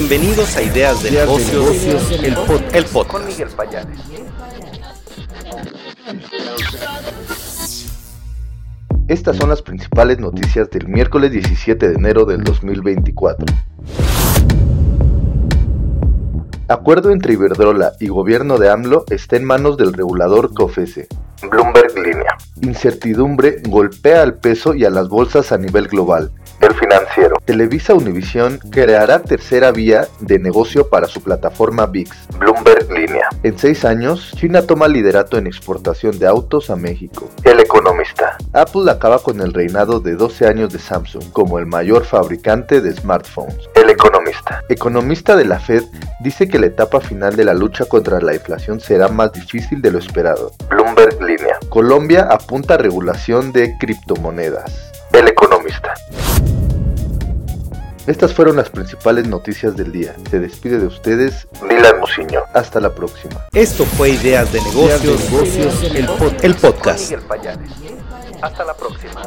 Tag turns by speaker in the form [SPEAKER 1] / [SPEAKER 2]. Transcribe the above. [SPEAKER 1] Bienvenidos a Ideas de
[SPEAKER 2] Ideas de
[SPEAKER 1] Negocios,
[SPEAKER 2] Negocios,
[SPEAKER 1] el,
[SPEAKER 2] el
[SPEAKER 1] pod- el podcast.
[SPEAKER 2] Estas son las principales noticias del miércoles 17 de enero del 2024. Acuerdo entre Iberdrola y gobierno de AMLO está en manos del regulador COFESE. Bloomberg Línea. Incertidumbre golpea al peso y a las bolsas a nivel global. El financiero. Televisa Univisión creará tercera vía de negocio para su plataforma VIX. Bloomberg Línea. En seis años, China toma liderato en exportación de autos a México. El economista. Apple acaba con el reinado de 12 años de Samsung como el mayor fabricante de smartphones. El economista. Economista de la Fed dice que la etapa final de la lucha contra la inflación será más difícil de lo esperado. Bloomberg Línea. Colombia apunta a regulación de criptomonedas. El economista. Estas fueron las principales noticias del día. Se despide de ustedes Dylan Musiño. Hasta la próxima.
[SPEAKER 1] Esto fue Ideas de Negocios,
[SPEAKER 2] Negocios,
[SPEAKER 1] el, pod- el podcast.
[SPEAKER 2] Hasta la próxima.